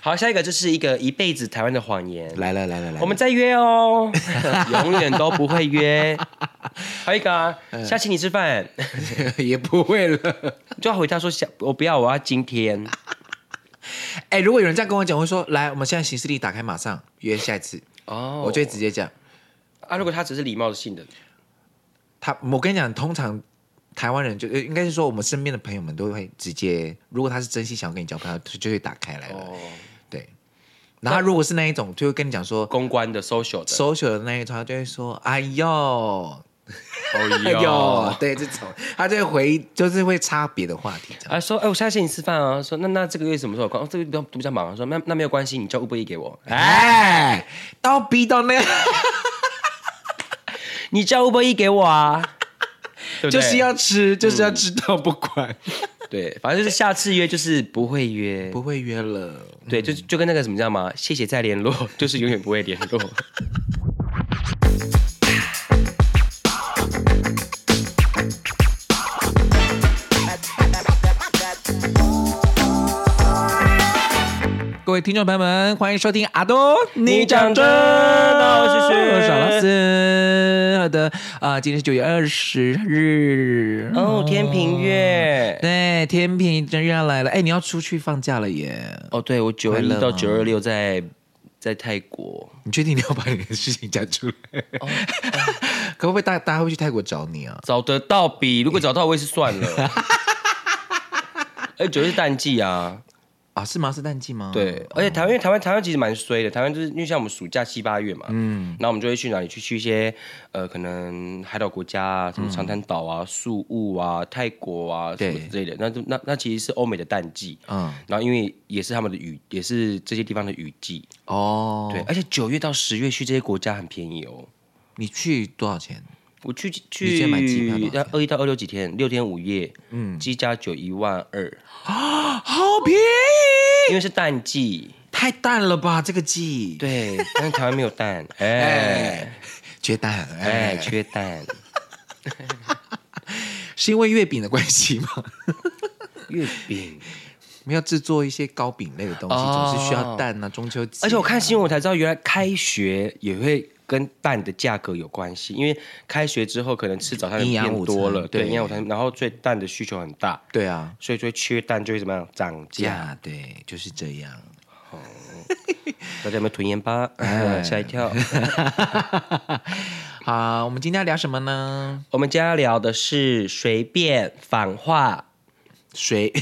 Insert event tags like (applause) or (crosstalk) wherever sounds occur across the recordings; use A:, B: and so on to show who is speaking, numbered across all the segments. A: 好，下一个就是一个一辈子台湾的谎言。
B: 来了来了来了，
A: 我们再约哦， (laughs) 永远都不会约。还有一个啊，
B: 嗯
A: 下次请你吃饭，
B: (laughs) 也不会了。
A: 就要回他说下我不要，我要今天。
B: (laughs) 哎、如果有人这样跟我讲，我会说来，我们现在行事历打开，马上约下一次。
A: 哦
B: 我就会直接讲
A: 啊，如果他只是礼貌性的，
B: 他。我跟你讲，通常台湾人就呃应该是说，我们身边的朋友们都会直接，如果他是真心想要跟你交朋友，他就会打开来了。
A: 哦，
B: 对，然后他如果是那一种，就会跟你讲说
A: 公关的 social 的，
B: social 的那一种，他就会说哎呦。
A: 哦
B: 哎呦，，对这种，他就会回，就是会插别的话题这样。
A: 啊说，哎、我下次请你吃饭啊。说那那这个月什么时候有空？哦、这个月比较比较忙、啊。说那那没有关系，你叫 Uber E 给我。
B: 哎，到逼到那样，
A: 你叫 Uber E 给我
B: (laughs)
A: 啊，对不对
B: 就是要吃，就是要吃到不管，
A: 对，反正就是下次约就是不会约，
B: 不会约了。
A: 对，就就跟那个什么叫吗？谢谢再联络，就是永远不会联络。
B: 各位听众朋友们，欢迎收听阿东，
A: 你长真好
B: 好，
A: 谢谢
B: 我是小老师。好的，啊、今天是九月二十日，
A: (laughs) 哦，天平月，
B: 对，天平真要来了。哎，你要出去放假了耶？
A: 哦，对我九
B: 快
A: 一
B: 乐
A: 到
B: 吗
A: 九二六在在泰国，
B: 你确定你要把你的事情讲出来？
A: 哦
B: (laughs) 可不可以大大家会去泰国找你啊？
A: 找得到比，如果找到我也是算了。哎，九月是淡季啊，
B: 啊，是吗？是淡季吗？
A: 对，而且台湾，因为台湾台湾其实蛮衰的，台湾就是因为像我们暑假七八月嘛，嗯，然后我们就会去哪里去去一些呃，可能海岛国家啊，什么长滩岛啊、宿务啊、泰国啊什么
B: 对
A: 之类的，那就那那其实是欧美的淡季，
B: 嗯
A: 嗯，然后因为也是他们的雨，也是这些地方的雨季，
B: 哦，
A: 对，，而且九月到十月去这些国家很便宜哦。
B: 你去多少钱？
A: 我去去
B: 你先买机票多少钱
A: 要二一到二六几天，六天五夜，嗯，机加九一万二，啊
B: 好便宜，
A: 因为是淡季，
B: 太淡了吧？这个季，，
A: (laughs) 对，但是台湾没有蛋， (laughs) 哎
B: (laughs) 哎，缺蛋，
A: 哎，
B: 哎，
A: 缺蛋。
B: 是因为月饼的关系 (laughs) 吗？
A: 月饼，
B: 我们要制作一些糕饼类的东西，
A: 哦
B: 总是需要蛋啊。中秋节啊、
A: 而且我看新闻我才知道，原来开学也会跟蛋的价格有关系，因为开学之后可能吃早餐的人
B: 营养午
A: 变
B: 餐
A: 多了，对，
B: 对
A: 营养午餐，然后对蛋的需求很大，
B: 对啊，
A: 所以就会缺蛋，就会怎么样涨价。
B: 呀，对，就是这样。
A: 大家有没有囤盐巴？吓一跳。
B: 好，我们今天要聊什么呢？
A: 我们今天要聊的是随便反话。
B: 水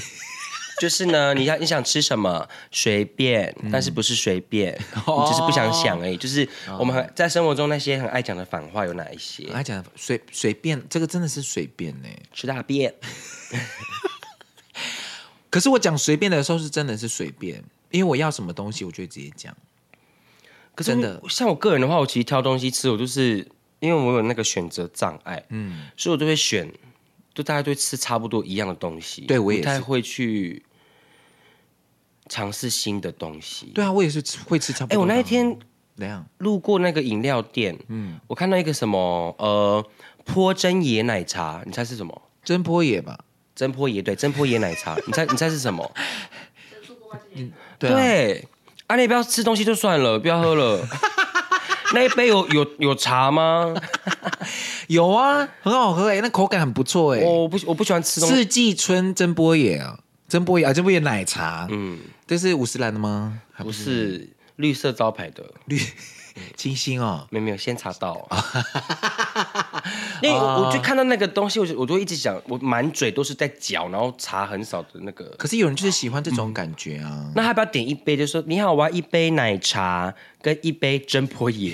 A: 就是呢，你要你想吃什么随便，但是不是随便，你只是不想想而已。就是我们很在生活中那些很爱讲的反话有哪一些？
B: 来讲随随便，这个真的是随便呢、
A: 吃大便，
B: 可是我讲随便的时候是真的是随便，因为我要什么东西，我就会直接讲。
A: 可是
B: 真的
A: 我像我个人的话，我其实挑东西吃，我就是因为我有那个选择障碍，嗯，所以我就会选，就大家都会吃差不多一样的东西。
B: 对我也
A: 不太
B: 是
A: 会去尝试新的东西。，
B: 对啊，我也是吃会吃差不
A: 哎，
B: 多
A: 我
B: 的啊。
A: 那一天
B: 怎样？
A: 路过那个饮料店，嗯，我看到一个什么呃坡珍椰奶茶，你猜是什么？
B: 真波野吧？
A: 真坡椰对，真坡椰奶茶， (laughs) 你猜你猜是什么？
B: 对啊，
A: 啊，你不要吃东西就算了，不要喝了。 (laughs) 那一杯有有有茶吗？
B: 有啊，很好喝哎、那口感很不错哎、
A: 我不我不喜欢吃东西，
B: 四季春真波野啊，真波野啊，真波野奶茶，嗯，这是五十兰的吗？还
A: 不是绿色招牌的，
B: 绿清新哦，
A: 没有没有，先查
B: (laughs)
A: 到。因为我
B: 啊
A: 我就看到那个东西，我就我就一直想，我满嘴都是在嚼，然后茶很少的那个。
B: 可是有人就是喜欢这种感觉啊，
A: 那要不要点一杯？就说你好，我要一杯奶茶跟一杯真婆 (laughs) 野，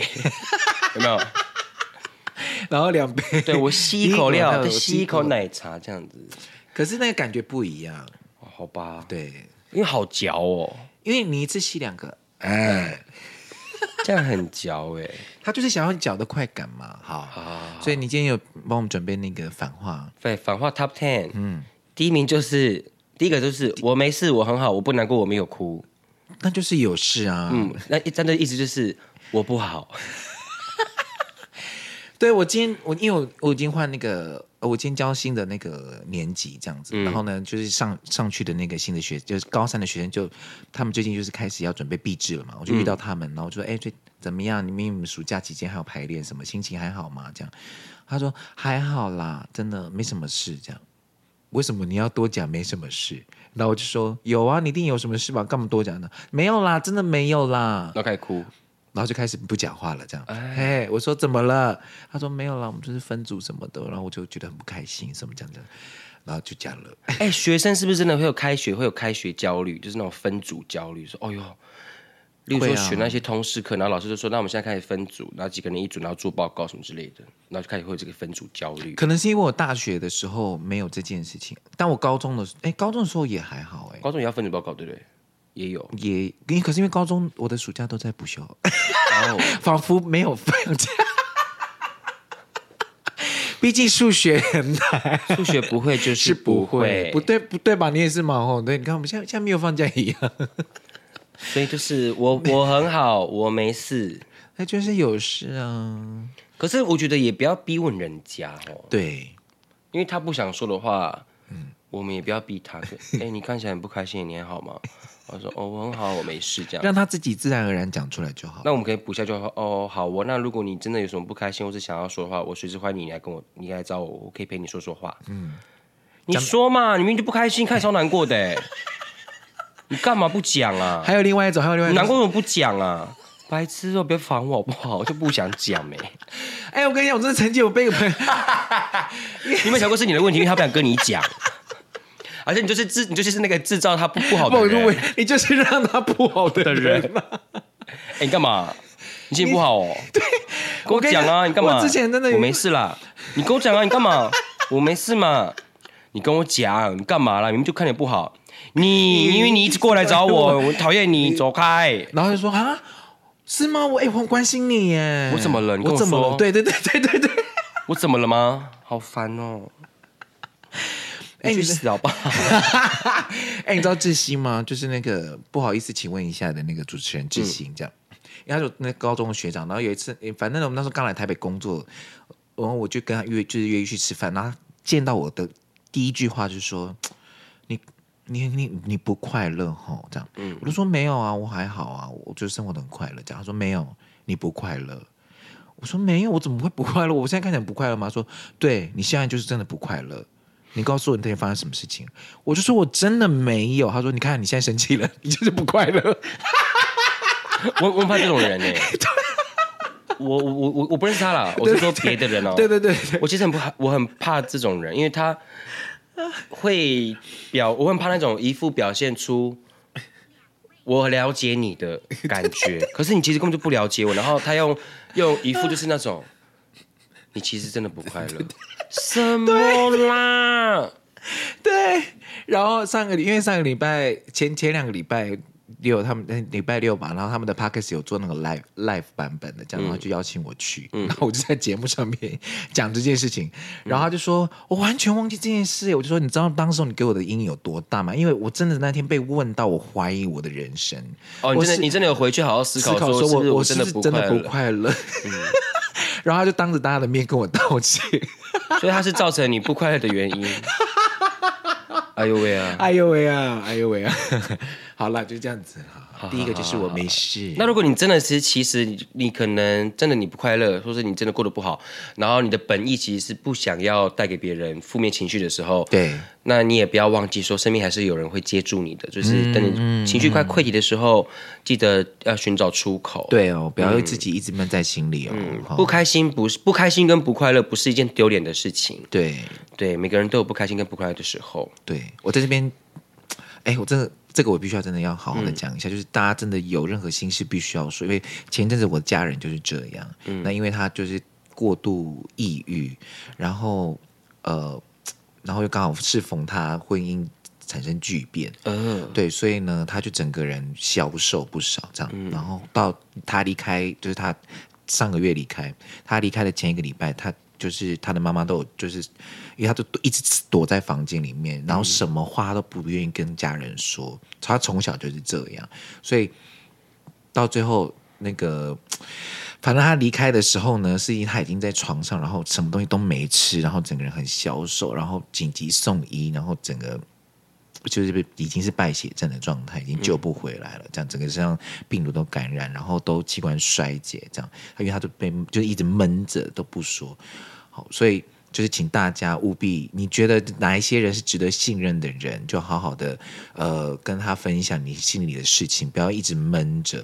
A: 有没有？
B: 然后两杯， (laughs)
A: 对我吸一口料，再吸一口，奶茶这样子，
B: 可是那个感觉不一样，
A: 哦好吧？
B: 对，
A: 因为好嚼哦，
B: 因为你一次吸两个，
A: 哎，这样很嚼哎、
B: 他就是想要脚的快感嘛。好，
A: 啊！
B: 所以你今天有帮我们准备那个反话，
A: 对，反话 Top Ten，
B: 嗯，
A: 第一名就是第一个就是我没事，我很好，我不难过，我没有哭。
B: 那就是有事啊。
A: 嗯，那一真的意思就是我不好，
B: 对我今天我因为我我已经换那个，呃我今天教新的那个年级这样子，然后呢，就是上上去的那个新的学，就是高三的学生就，他们最近就是开始要准备毕制了嘛，我就遇到他们，然后我就说，哎、最怎么样？你们你们暑假期间还有排练什么？心情还好吗？这样，他说还好啦，真的没什么事这样。为什么你要多讲没什么事？然后我就说有啊，你一定有什么事吧？干嘛多讲呢？没有啦，真的没有啦
A: 然。后开始哭。
B: 然后就开始不讲话了，这样。哎，我说怎么了？他说没有啦，我们就是分组什么的。然后我就觉得很不开心，什么这样这样，然后就讲了。
A: 哎、学生是不是真的会有开学会有开学焦虑，就是那种分组焦虑？说，哦呦，例如
B: 会
A: 说
B: 啊
A: 选那些通识课，然后老师就说，那我们现在开始分组，然后几个人一组，然后做报告什么之类的，然后就开始会有这个分组焦虑。
B: 可能是因为我大学的时候没有这件事情，但我高中的时哎，高中的时候也还好哎，
A: 高中也要分组报告，对不对？也有
B: 也因为可是因为高中我的暑假都在补休，
A: 哦，
B: (laughs) 仿佛没有放 (laughs) 假。毕竟数学很难，
A: 数学不会就是
B: 不会，不
A: 不，
B: 对不对吧？你也是嘛吼，对，你看我们现在现在没有放假一样。
A: 所以就是我我很好，我没事。
B: 那哎就是有事啊。
A: 可是我觉得也不要逼问人家哦，
B: 对，
A: 因为他不想说的话，
B: 嗯
A: 我们也不要逼他。说哎、你看起来很不开心，你还好吗？我说哦，我很好，我没事这样。
B: 让他自己自然而然讲出来就好。
A: 那我们可以补一下就说哦，好哦。那如果你真的有什么不开心或是想要说的话，我随时欢迎你来跟我，你来找我，我可以陪你说说话。嗯，你说嘛，你明明就不开心，看起来超难过的
B: (laughs)
A: 欸，你干嘛不讲啊？
B: 还有另外一种，还有另外一
A: 难
B: 种。
A: 过为什么不讲啊？白痴哦，别烦我好不好？我就不想讲欸没、
B: 哎、我跟你讲，我真的曾经有
A: (laughs)
B: 被一个朋友，
A: 你有没有想过是你的问题？因为他不想跟你讲， (laughs) 而且你就是制，你就是那个制造他不不好的
B: 我
A: 人。
B: 入 (laughs) 你就是让他不好的人啊。
A: 哎、你干嘛？你心情不好哦？对，跟我讲啊，
B: 我跟你
A: 你干嘛？
B: 我之前真的有
A: 我没事啦，你跟我讲啊，你干
B: (laughs)
A: 嘛？我没事嘛，你跟我讲，你干嘛啦？你们就看你不好，你因为你一直过来找我，我讨厌你，走开。
B: (laughs) 然后就说啊，是吗？我哎、我很关心你耶。
A: 我怎么了你跟
B: 我
A: 我
B: 怎么了？
A: 说
B: 对对对对对对。
A: 我怎么了吗？好烦哦！
B: 哎
A: 哎，
B: 你
A: 去死好不好？
B: (laughs) 哎、你知道志兴吗？就是那个不好意思，请问一下的那个主持人志兴，这样，因为他就那高中的学长。然后有一次，诶反正我们那时候刚来台北工作，然后我就跟他约，就是约去吃饭。然后他见到我的第一句话就是说：“你你你你不快乐吼？”这样，我就说没有啊，我还好啊，我觉得生活的很快乐。这样，他说没有，你不快乐。我说没有，我怎么会不快乐？我现在看起来很不快乐吗？他说对你现在就是真的不快乐。你告诉我你那天发生什么事情？我就说我真的没有。他说你看你现在生气了，你就是不快乐。
A: 我我很怕这种
B: (laughs)
A: 人呢、欸我我我我我不认识他啦，我是说别的人哦、
B: 啊对对对对，
A: 我其实很不怕，我很怕这种人，因为他会表，我很怕那种一副表现出我了解你的感
B: (laughs)
A: 觉，可是你其实根本就不了解我，然后他用用一副就是那种你其实真的不快乐，什么啦？
B: 对。然后上个礼因为上个礼拜前前两个礼拜六他们那礼拜六吧，然后他们的 podcast 有做那个 live live 版本的，这样然后就邀请我去，然后我就在节目上面讲这件事情，然后他就说、我完全忘记这件事，我就说你知道当时你给我的阴影有多大吗？因为我真的那天被问到，我怀疑我的人生。
A: 哦，你
B: 我
A: 真
B: 是
A: 的你真的有回去好好思
B: 思
A: 考
B: 考
A: 说，
B: 说
A: 是不
B: 我
A: 是
B: 我
A: 我
B: 是
A: 真
B: 不
A: 的
B: 是
A: 不
B: 真
A: 快
B: 的不
A: 乐？
B: 快乐。 (laughs) 然后他就当着大家的面跟我道歉，
A: 所以他是造成你不快乐的原
B: (laughs)
A: 因。哎呦喂啊！
B: 哎呦喂啊，哎呦喂啊！ (laughs) 好了，就这样子哈。第一个就是我没事，
A: 那如果你真的是，其实你你可能真的你不快乐，或是你真的过得不好，然后你的本意其实是不想要带给别人负面情绪的时候，，
B: 对
A: 那你也不要忘记说，身边还是有人会接住你的，
B: 嗯
A: 就是等你情绪快溃堤的时候，记得要寻找出口。，
B: 对哦，不要自己一直闷在心里哦。哈
A: 嗯不开心不是不开心跟不快乐不是一件丢脸的事情，
B: 对
A: 对，每个人都有不开心跟不快乐的时候。
B: 对，我在这边，哎，我真的这个我必须要真的要好好的讲一
A: 嗯
B: 下，就是大家真的有任何心事必须要说，因为前阵子我家人就是这样，
A: 嗯
B: 那因为他就是过度抑郁，然后呃，然后又刚好适逢他婚姻产生巨变。
A: 嗯，
B: 对，所以呢，他就整个人消瘦不少，这样。然后到他离开，就是他上个月离开，他离开的前一个礼拜，他就是他的妈妈都有，就是因为他就一直躲在房间里面，然后什么话都不愿意跟家人说。他从小就是这样，所以到最后那个。反正他离开的时候呢，是因为他已经在床上，然后什么东西都没吃，然后整个人很消瘦，然后紧急送医，然后整个就是被已经是败血症的状态，已经救不回来了。这样整个身上病毒都感染，然后都器官衰竭，这样，因为他就被就一直闷着都不说。好，所以就是请大家务必，你觉得哪一些人是值得信任的人，就好好的呃跟他分享你心里的事情，不要一直闷着。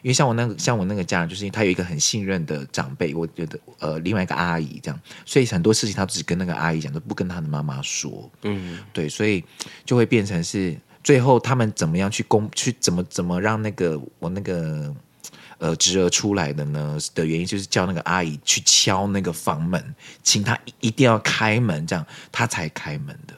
B: 因为像我那个像我那个家人，就是因为他有一个很信任的长辈，我觉得呃另外一个阿姨这样，所以很多事情他只跟那个阿姨讲，都不跟他的妈妈说。嗯，对，所以就会变成是最后他们怎么样去公去怎么怎么让那个我那个。呃侄儿出来的呢的原因，就是叫那个阿姨去敲那个房门，请她一一定要开门，这样她才开门的。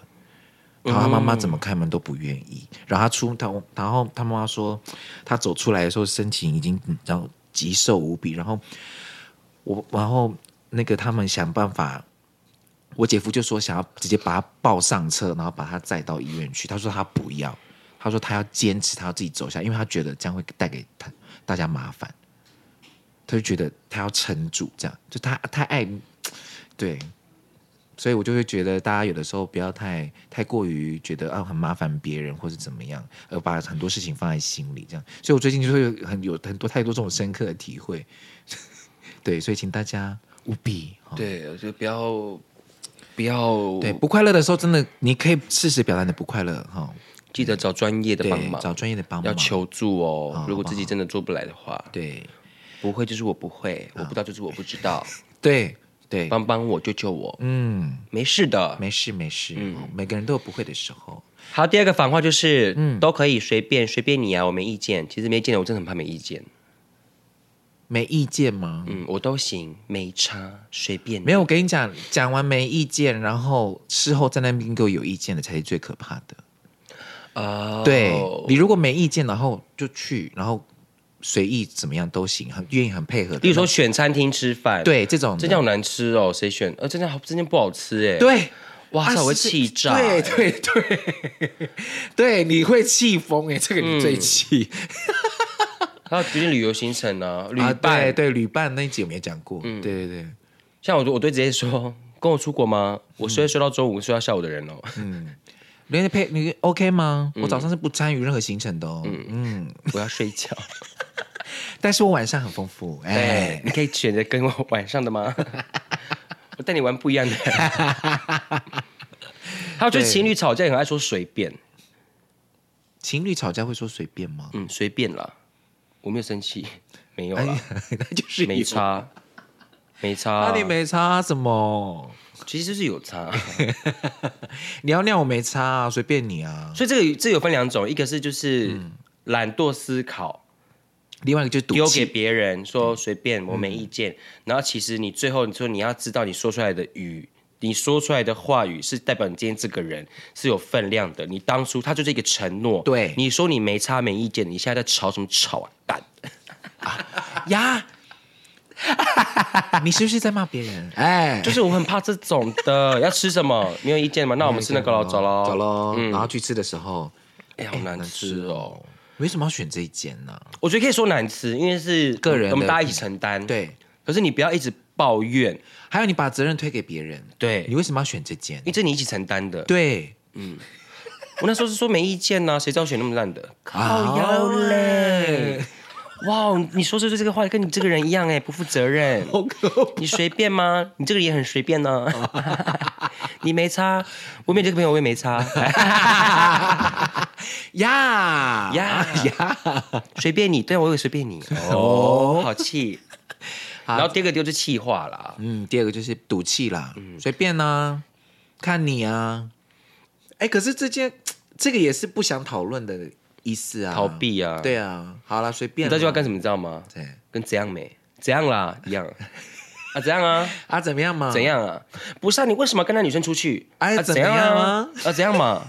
B: 然后她妈妈怎么开门都不愿意，然后她出她，然后她妈妈说，她走出来的时候身体已经嗯然后极瘦无比，然后我然后那个他们想办法。我姐夫就说想要直接把她抱上车，然后把她载到医院去。他说他不要，他说他要坚持，他要自己走下，因为他觉得这样会带给他大家麻烦。他就觉得他要撑住，这样就他太爱，对，所以我就会觉得大家有的时候不要太太过于觉得啊很麻烦别人或是怎么样，而把很多事情放在心里这样。所以我最近就会有很有很多太多这种深刻的体会， (laughs) 对，所以请大家务必哦
A: 对，我觉得不要不要
B: 对不快乐的时候，真的你可以适时表达你的不快乐哈，
A: 记得找专业的
B: 对
A: 帮，忙，
B: 找专业的帮忙，
A: 要求助哦
B: 好。
A: 如果自己真的做不来的话，
B: 对
A: 不会就是我不会，
B: 啊
A: 我不知道就是我不知
B: (laughs)
A: 道，
B: 对对，
A: 帮帮我，救救我，
B: 嗯，
A: 没事的。
B: 没事没事，
A: 嗯
B: 哦每个人都有不会的时候。
A: 好，第二个反话就是，
B: 嗯
A: 都可以随便随便你啊，我没意见。其实没意见的，我真的很怕没意见。
B: 没意见吗？
A: 嗯，我都行，没差，随便你。
B: 没有，我跟你讲，讲完没意见，然后事后在那边给我有意见的才是最可怕的。
A: 啊，
B: 对你如果没意见，然后就去，然后随意怎么样都行，很愿意很配合的。
A: 例如说选餐厅吃饭，，
B: 对这种的
A: 这家好难吃哦，谁选？呃，这家好，这家不好吃哎。，
B: 对，
A: 哇塞，
B: 啊
A: 我会
B: 是
A: 气炸欸。
B: 对对对对，你会气疯哎，这个你
A: 嗯
B: 最气、
A: 还有决定旅游行程啊，旅
B: 啊！
A: 伴嗯
B: 对对，旅伴那一集我们也讲过，对对对，
A: 像我都，我都直接说，跟我出国吗？我
B: 嗯
A: 是会睡到中午，睡到下午的人哦。
B: 人家配你 OK 吗？
A: 嗯
B: 我早上是不参与任何行程的哦，嗯，
A: (laughs) 我要睡觉。
B: 但是我晚上很丰富，哎
A: 哎，，你可以选择跟我晚上的
B: (laughs)
A: 吗？我带你玩不一样的。还有就是情侣吵架也很爱说随便，
B: 情侣吵架会说随便吗？
A: 嗯，随便啦，我没有生气，没有
B: 哎
A: 啦
B: 呀，， (laughs) 那就是有
A: 没。差，没差
B: 那。你没差什么？
A: 其实就是有
B: (laughs)
A: 差，
B: 你要尿我没差啊，随便你啊。
A: 所以这个这有分两种，一个是就是
B: 嗯
A: 懒惰思考，
B: 另外一个就是赌
A: 丢给
B: 气，嗯
A: 别人说随便，我没意见。然后其实你最后你说你要知道你说出来的语，你说出来的话语是代表你今天这个人是有分量的。你当初他就是一个承诺，
B: 对哎
A: 你说你没差没意见，你现在在吵什么吵啊蛋？
B: 呀。 (laughs) 你是不是在骂别人？哎，
A: 就是我很怕这种的。要吃什么？你有意见吗？那我们吃那个喽，走喽，
B: 哦走。喽。然后去吃的时候，
A: 哎，好难吃哦。嗯
B: 为什么要选这一间呢？
A: 我觉得可以说难吃，因为是
B: 个人的
A: 我们大家一起承担。，
B: 对，
A: 可是你不要一直抱怨，
B: 还有你把责任推给别人，
A: 对
B: 你为什么要选这间
A: 因为？这你一起承担的。
B: 对，
A: 我那时候是说没意见呐、啊谁知道选那么烂的？靠腰
B: 啊
A: 嘞！哇，你说出这个话跟你这个人一样哎，不负责任。你随便吗？你这个人也很随便
B: (laughs)
A: 呢、你没差，我没有这个朋友，我也没差。
B: (laughs) 呀
A: 呀
B: 呀，
A: 随便你，对我也随便你。哦，好气。然后第二个就是气话啦。
B: 嗯，第二个就是赌气啦，
A: 嗯
B: 随便啦、看你啊。哎，可是这件这个也是不想讨论的意思啊，
A: 逃避啊
B: 对啊，好啦，随
A: 你
B: 便啦。
A: 知道这句话干什么？你知道吗？
B: 对
A: 跟怎样没？怎样啦？一
B: (laughs)
A: 样啊？怎样啊？
B: 啊，怎么样嘛？
A: 怎？样啊？不是啊，你为什么要跟那女生出去？
B: 哎
A: 啊
B: 怎
A: 怎样
B: 么样
A: 啊
B: 啊？
A: 啊，怎样嘛？啊，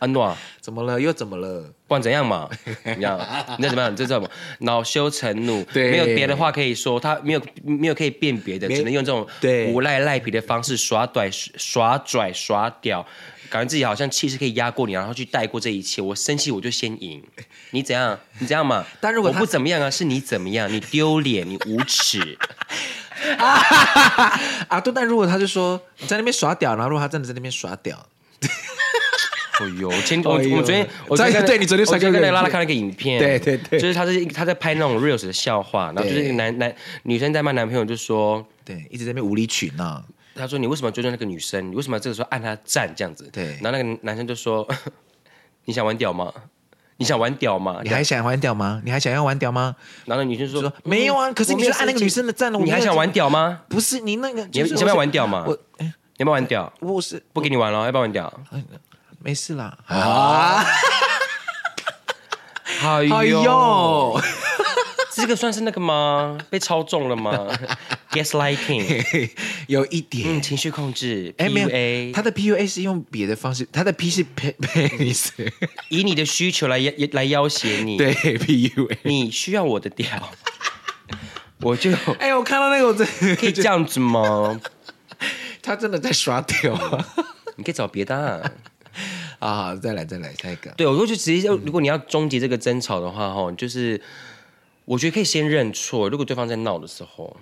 A: 安诺，
B: 怎么了？又怎么了？
A: 不管怎样
B: (laughs)
A: 嘛，你要你再怎么样，你这叫什么？恼羞成怒，
B: 对
A: 没有别的话可以说，他没有没有可以辨别的，
B: 没
A: 只能用这种
B: 对
A: 无赖赖皮的方式耍拽耍拽耍屌，感觉自己好像气势可以压过你，然后去带过这一切。我生气我就先赢，你怎样？你怎样嘛？
B: 但如果
A: 我
B: 他
A: 不怎么样啊，是你怎么样？你丢脸，你无耻。
B: 啊，对，但如果他就说你在那边耍屌，然后如果他真的在那边耍屌，
A: 哦呦，前我我
B: 哎呦
A: 们昨天，我昨
B: 在
A: 天看
B: 对你昨天
A: 我
B: 传给我
A: 跟那个拉
B: 的
A: 拉
B: 影片
A: 看了一个影片，
B: 对对对
A: 就是他是他在拍那种 reels 的笑话，然后就是一
B: 对
A: 个男男女生在骂男朋友，就说
B: 对，一直在那边无理取闹，
A: 他说你为什么追踪那个女生？你为什么这个时候按她赞这样子？
B: 对
A: 然后那个男生就说 (laughs) 你想玩屌吗？你想玩屌吗？
B: 你还想玩屌吗？你还想要玩屌吗？
A: 然后那女生就说嗯
B: 说没有啊可是
A: 我
B: 你
A: 没有
B: 就按那
A: 生
B: 个
A: 气
B: 女生的赞了我
A: 你还
B: 没有
A: 想玩屌吗？
B: 不是你那个，
A: 你
B: 就
A: 你
B: 是
A: 想不要玩屌嘛？
B: 我
A: 你要不要玩屌？
B: 我是哎
A: 不给你玩了，要不要玩屌？
B: 没事啦啊，
A: 哎
B: (laughs) 哎呦， (laughs)
A: 这个算是那个吗？被操纵了吗 (laughs) ？Gaslighting。
B: 有一点
A: 嗯，。情绪控制
B: 哎，没有，
A: ，PUA，
B: 他的 PUA 是用别的方式，他的 P 是
A: (laughs)
B: penis，
A: 以你的需求来要来要挟你，
B: 对 PUA。
A: 你需要我的屌，我就
B: 哎、我看到那个，我真
A: 可以这样子吗？
B: (laughs) 他真的在耍屌 (laughs) 啊！
A: 你可以找别的、啊。
B: 啊，再来再来下一个，
A: 对，我就直接，如果你要终结这个争吵的话，哈，就是我觉得可以先认错。如果对方在闹的时候，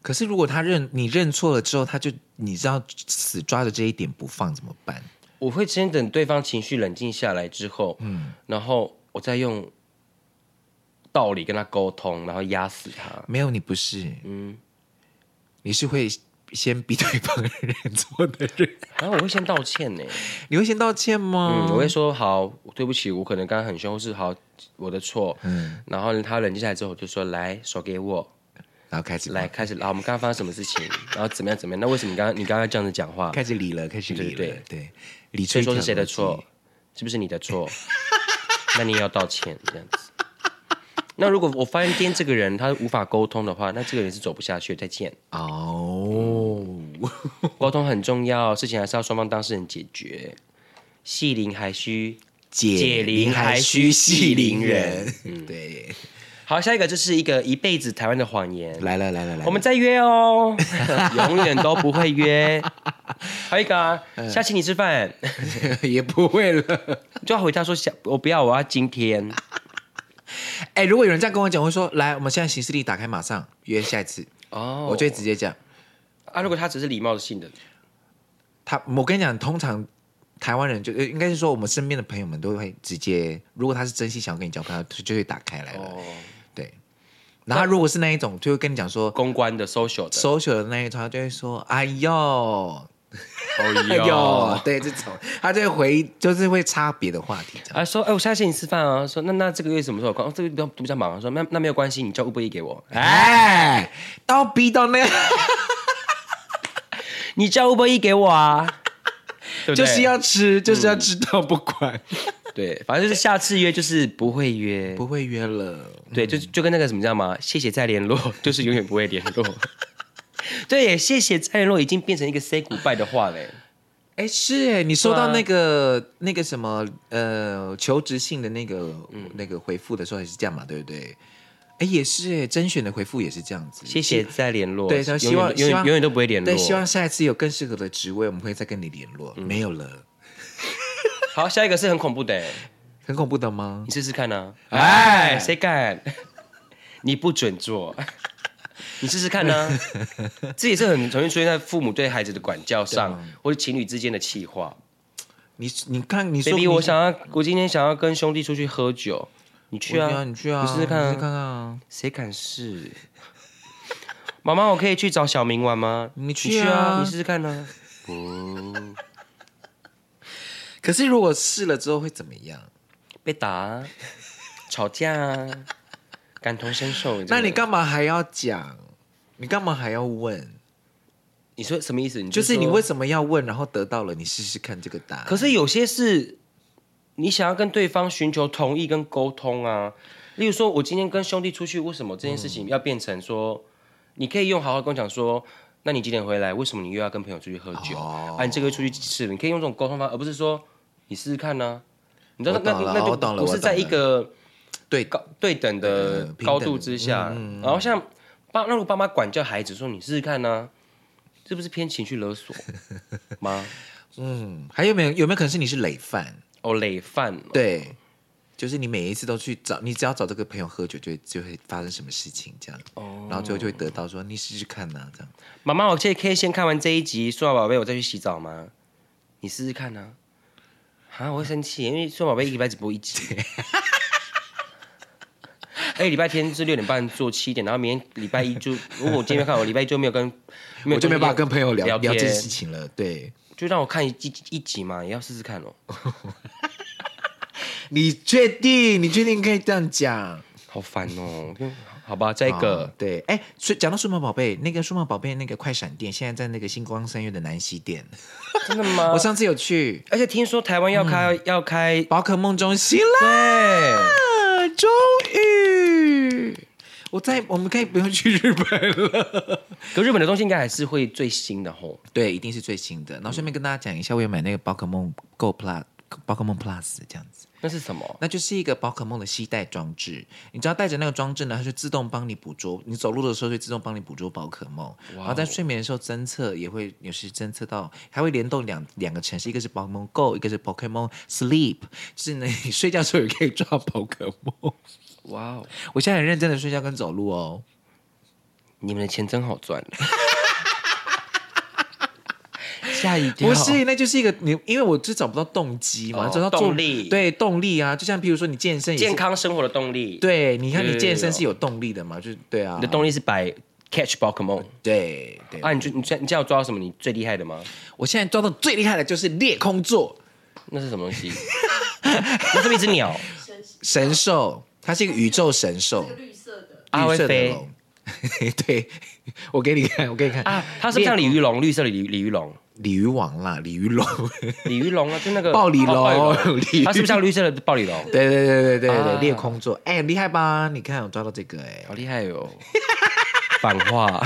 B: 可是如果他认你认错了之后，他就你知道死抓着这一点不放怎么办？
A: 我会先等对方情绪冷静下来之后，嗯，然后我再用道理跟他沟通，然后压死他。
B: 没有，你不是，嗯，你是会先逼对方认错的人，
A: 然后我会先道歉呢、
B: 你会先道歉吗？
A: 嗯，我会说好，对不起，我可能刚刚很凶，或是好我的错。嗯，然后他冷静下来之后，我就说来手给我，
B: 然后开始
A: 来开始，好，我们刚刚发生什么事情，然后怎么样怎么样？那为什么你刚刚你刚刚这样子讲话？
B: 开始理了，开始理了，
A: 对对
B: 对，理
A: 所
B: 出
A: 以
B: 一条
A: 说是谁的
B: 逻辑
A: 错？？是不是你的错？ (laughs) 那你也要道歉这样子。那如果我发现今天这个人他无法沟通的话，那这个人是走不下去，再见。
B: 哦，
A: 沟通很重要，事情还是要双方当事人解决。系铃还需
B: 解铃还须系铃人，
A: 嗯
B: 对，
A: 好，下一个就是一个一辈子台湾的谎言。
B: 来了来了来了，
A: 我们再约哦， (laughs) 永远都不会约。还有一个啊，
B: 嗯
A: 下次请你吃饭，
B: (laughs) 也不
A: (laughs)
B: 会了。
A: 就要回答说下我不要，我要今天。
B: 哎、如果有人这样跟我讲，我会说来，我们现在行事历打开，马上约下一次。
A: 哦，
B: 我就会直接讲，
A: 啊，如果他只是礼貌性的，
B: 他我跟你讲，通常台湾人就呃应该是说我们身边的朋友们都会直接，如果他是真心想要跟你交朋友，他就会打开来了。
A: 哦，
B: 对，然后他如果是那一种，就会跟你讲说
A: 公关的 social 的，
B: social 的那一种，他就会说哎呦。哎
A: 哎
B: (laughs) 呦，，对这种，他就会回，就是会插别的话题这样。
A: 啊说哎，我下次请你吃饭啊，说那那这个月什么时候有空？哦这个月比较比较忙啊，说那那没有关系，你叫 Uber E 给我，
B: 哎，到逼到那个，
A: 你叫 Uber E 给我啊， (laughs) 对不对嗯
B: 就是要吃，就是要吃到不管，
A: 对，反正就是下次约就是不嗯会约，
B: 不会约了。
A: 对，就就跟那个什么叫嘛，谢谢再联络， (laughs) 就是永远不会联络。 (laughs) 对耶，谢谢再联络已经变成一个 say goodbye 的话嘞。
B: 哎，是哎，你收
A: 对啊
B: 到那个、那个什么呃求职信的那个、
A: 嗯
B: 那个回复的时候也是这样嘛，对不对？哎，也是哎，甄选的回复也是这样子。
A: 谢谢再联络，
B: 对，他
A: 永
B: 希望
A: 远永
B: 希
A: 远
B: 望
A: 永远都不会联络。嗯
B: 对，希望下一次有更适合的职位，我们会再跟你联络。没有了，
A: 好，下一个是很恐怖的耶，
B: 很恐怖的吗
A: 你？试试看呢、啊。哎，谁敢？ (laughs) 你不准做， (laughs) 你试试看
B: (laughs)
A: 呢、这也是很容易出现在父母对孩子的管教上，
B: 啊
A: 或者情侣之间的气话。
B: 你你看，你说
A: baby，我
B: 你
A: 想要，我今天想要跟兄弟出去喝酒，你去
B: 我一定
A: 啊，
B: 要你去啊，
A: 你试试看、
B: 你
A: 啊，
B: 试试看啊，
A: 谁敢试？妈妈，我可以去找小明玩吗？
B: 你去
A: 去
B: 啊
A: 你试试看呢、
B: 可是如果试了之后会怎么样？
A: 被打、啊，吵架啊，感同身受。真的
B: 那你干嘛还要讲？你干嘛还要问？
A: 你说什么意思？你
B: 就是
A: 说
B: 你为什么要问？然后得到了，你试试看这个答案。
A: 可是有些事，你想要跟对方寻求同意跟沟通啊。例如说，我今天跟兄弟出去，为什么这件事情要变成说，你可以用好好跟我讲说，那你几点回来？为什么你又要跟朋友出去喝酒？
B: 哦
A: 啊，你这个月出去几次了？你可以用这种沟通方法，而不是说你试试看呢、你知道
B: 我
A: 那
B: 懂了
A: 那那
B: 我懂了
A: 就不
B: 我
A: 是
B: 懂
A: 在一
B: 了
A: 个
B: 对
A: 高对等
B: 呃
A: 的
B: 平
A: 高
B: 等
A: 度
B: 的嗯
A: 之下，然后像爸，那如果爸妈管教孩子说你试试看呢、这不是偏情绪勒索吗？
B: 嗯，还有没有有没有可能是你是累犯？
A: 哦，累犯哦，
B: 对，就是你每一次都去找，你只要找这个朋友喝酒，就会就会发生什么事情这样，
A: 哦
B: 然后最后就会得到说你试试看呐、这样。
A: 妈妈，我这可以先看完这一集《数码宝贝》，我再去洗澡吗？你试试看呢、啊。我会生气，因为《数码宝贝》一个礼拜只播一集。 (laughs) 哎，礼拜天是六点半做七点，然后明天礼拜一就，如果我今天没有看，我礼拜一就没有跟，
B: 我就没办法跟朋友聊聊
A: 天
B: 这件事情了。对
A: 就让我看一集一集嘛，也要试试看哦。
B: 你确定？你确定可以这样讲？
A: 好烦哦，好吧，再一个
B: 哦，对，哎，所以讲到数码宝贝，那个数码宝贝那个快闪店，现在在那个星光三月的南西店，
A: 真的吗？
B: 我嗯上次有去
A: (laughs) 而且听说台湾要开、要开，
B: 宝可梦中心啦，
A: 对，
B: 终于，我在我们可以不用去日本了。
A: 可日本的东西应该还是会最新的吼。
B: 对，一定是最新的。然后顺便跟大家讲一下，我有买那个宝可梦 Go Plus。宝可梦 Plus 这样子，
A: 那是什么？
B: 那就是一个宝可梦的吸带装置。你只要带着那个装置呢，它就自动帮你捕捉。你走路的时候就自动帮你捕捉宝可梦，然后在睡眠的时候侦测也会有时侦测到，还会联动两两个城市，一个是宝可梦 Go，一个是宝可梦 Sleep，就是呢你睡觉的时候也可以抓宝可梦。 (laughs)
A: 哇哦，
B: 我现在很认真的睡觉跟走路哦。
A: 你们的钱真好
B: (laughs)
A: 赚。吓一跳！
B: 不是，那就是一个你，因为我就找不到动机嘛，
A: 哦
B: 找到做
A: 动力
B: 对动力啊，就像比如说你健身也是
A: 健，康生活的动力，，
B: 对，你看
A: 有有
B: 你
A: 有
B: 健身是有动力的嘛，就是对啊，
A: 你的动力是摆 catch 宝可梦
B: 对对、
A: 啊！你就你现你现在有抓到什么？你最厉害的吗？
B: 我现在抓到最厉害的就是裂空座
A: 那是什么东西？那是不是一只鸟？
B: 神兽，它是一个宇宙神兽，
C: 绿色的，
A: 啊
B: 绿
A: 会
B: 色的
A: 飞
B: 龙。 (laughs) 对，我给你看，我给你看
A: 啊，它是不是像鲤鱼龙？绿色的鲤鲤鱼龙，
B: 鲤鱼王啦，鲤
A: (laughs)
B: 鱼龙，
A: 鲤鱼龙啊，就那个
B: 暴鲤龙
A: 哦
B: 鲤 (laughs) 鱼
A: 它是不是像绿色的暴鲤龙？
B: 对对对对对对，
A: 啊
B: 裂空座，哎、厉害吧？你看我抓到这个、哎，
A: 好厉害
B: (laughs)
A: 哟、哦！反话，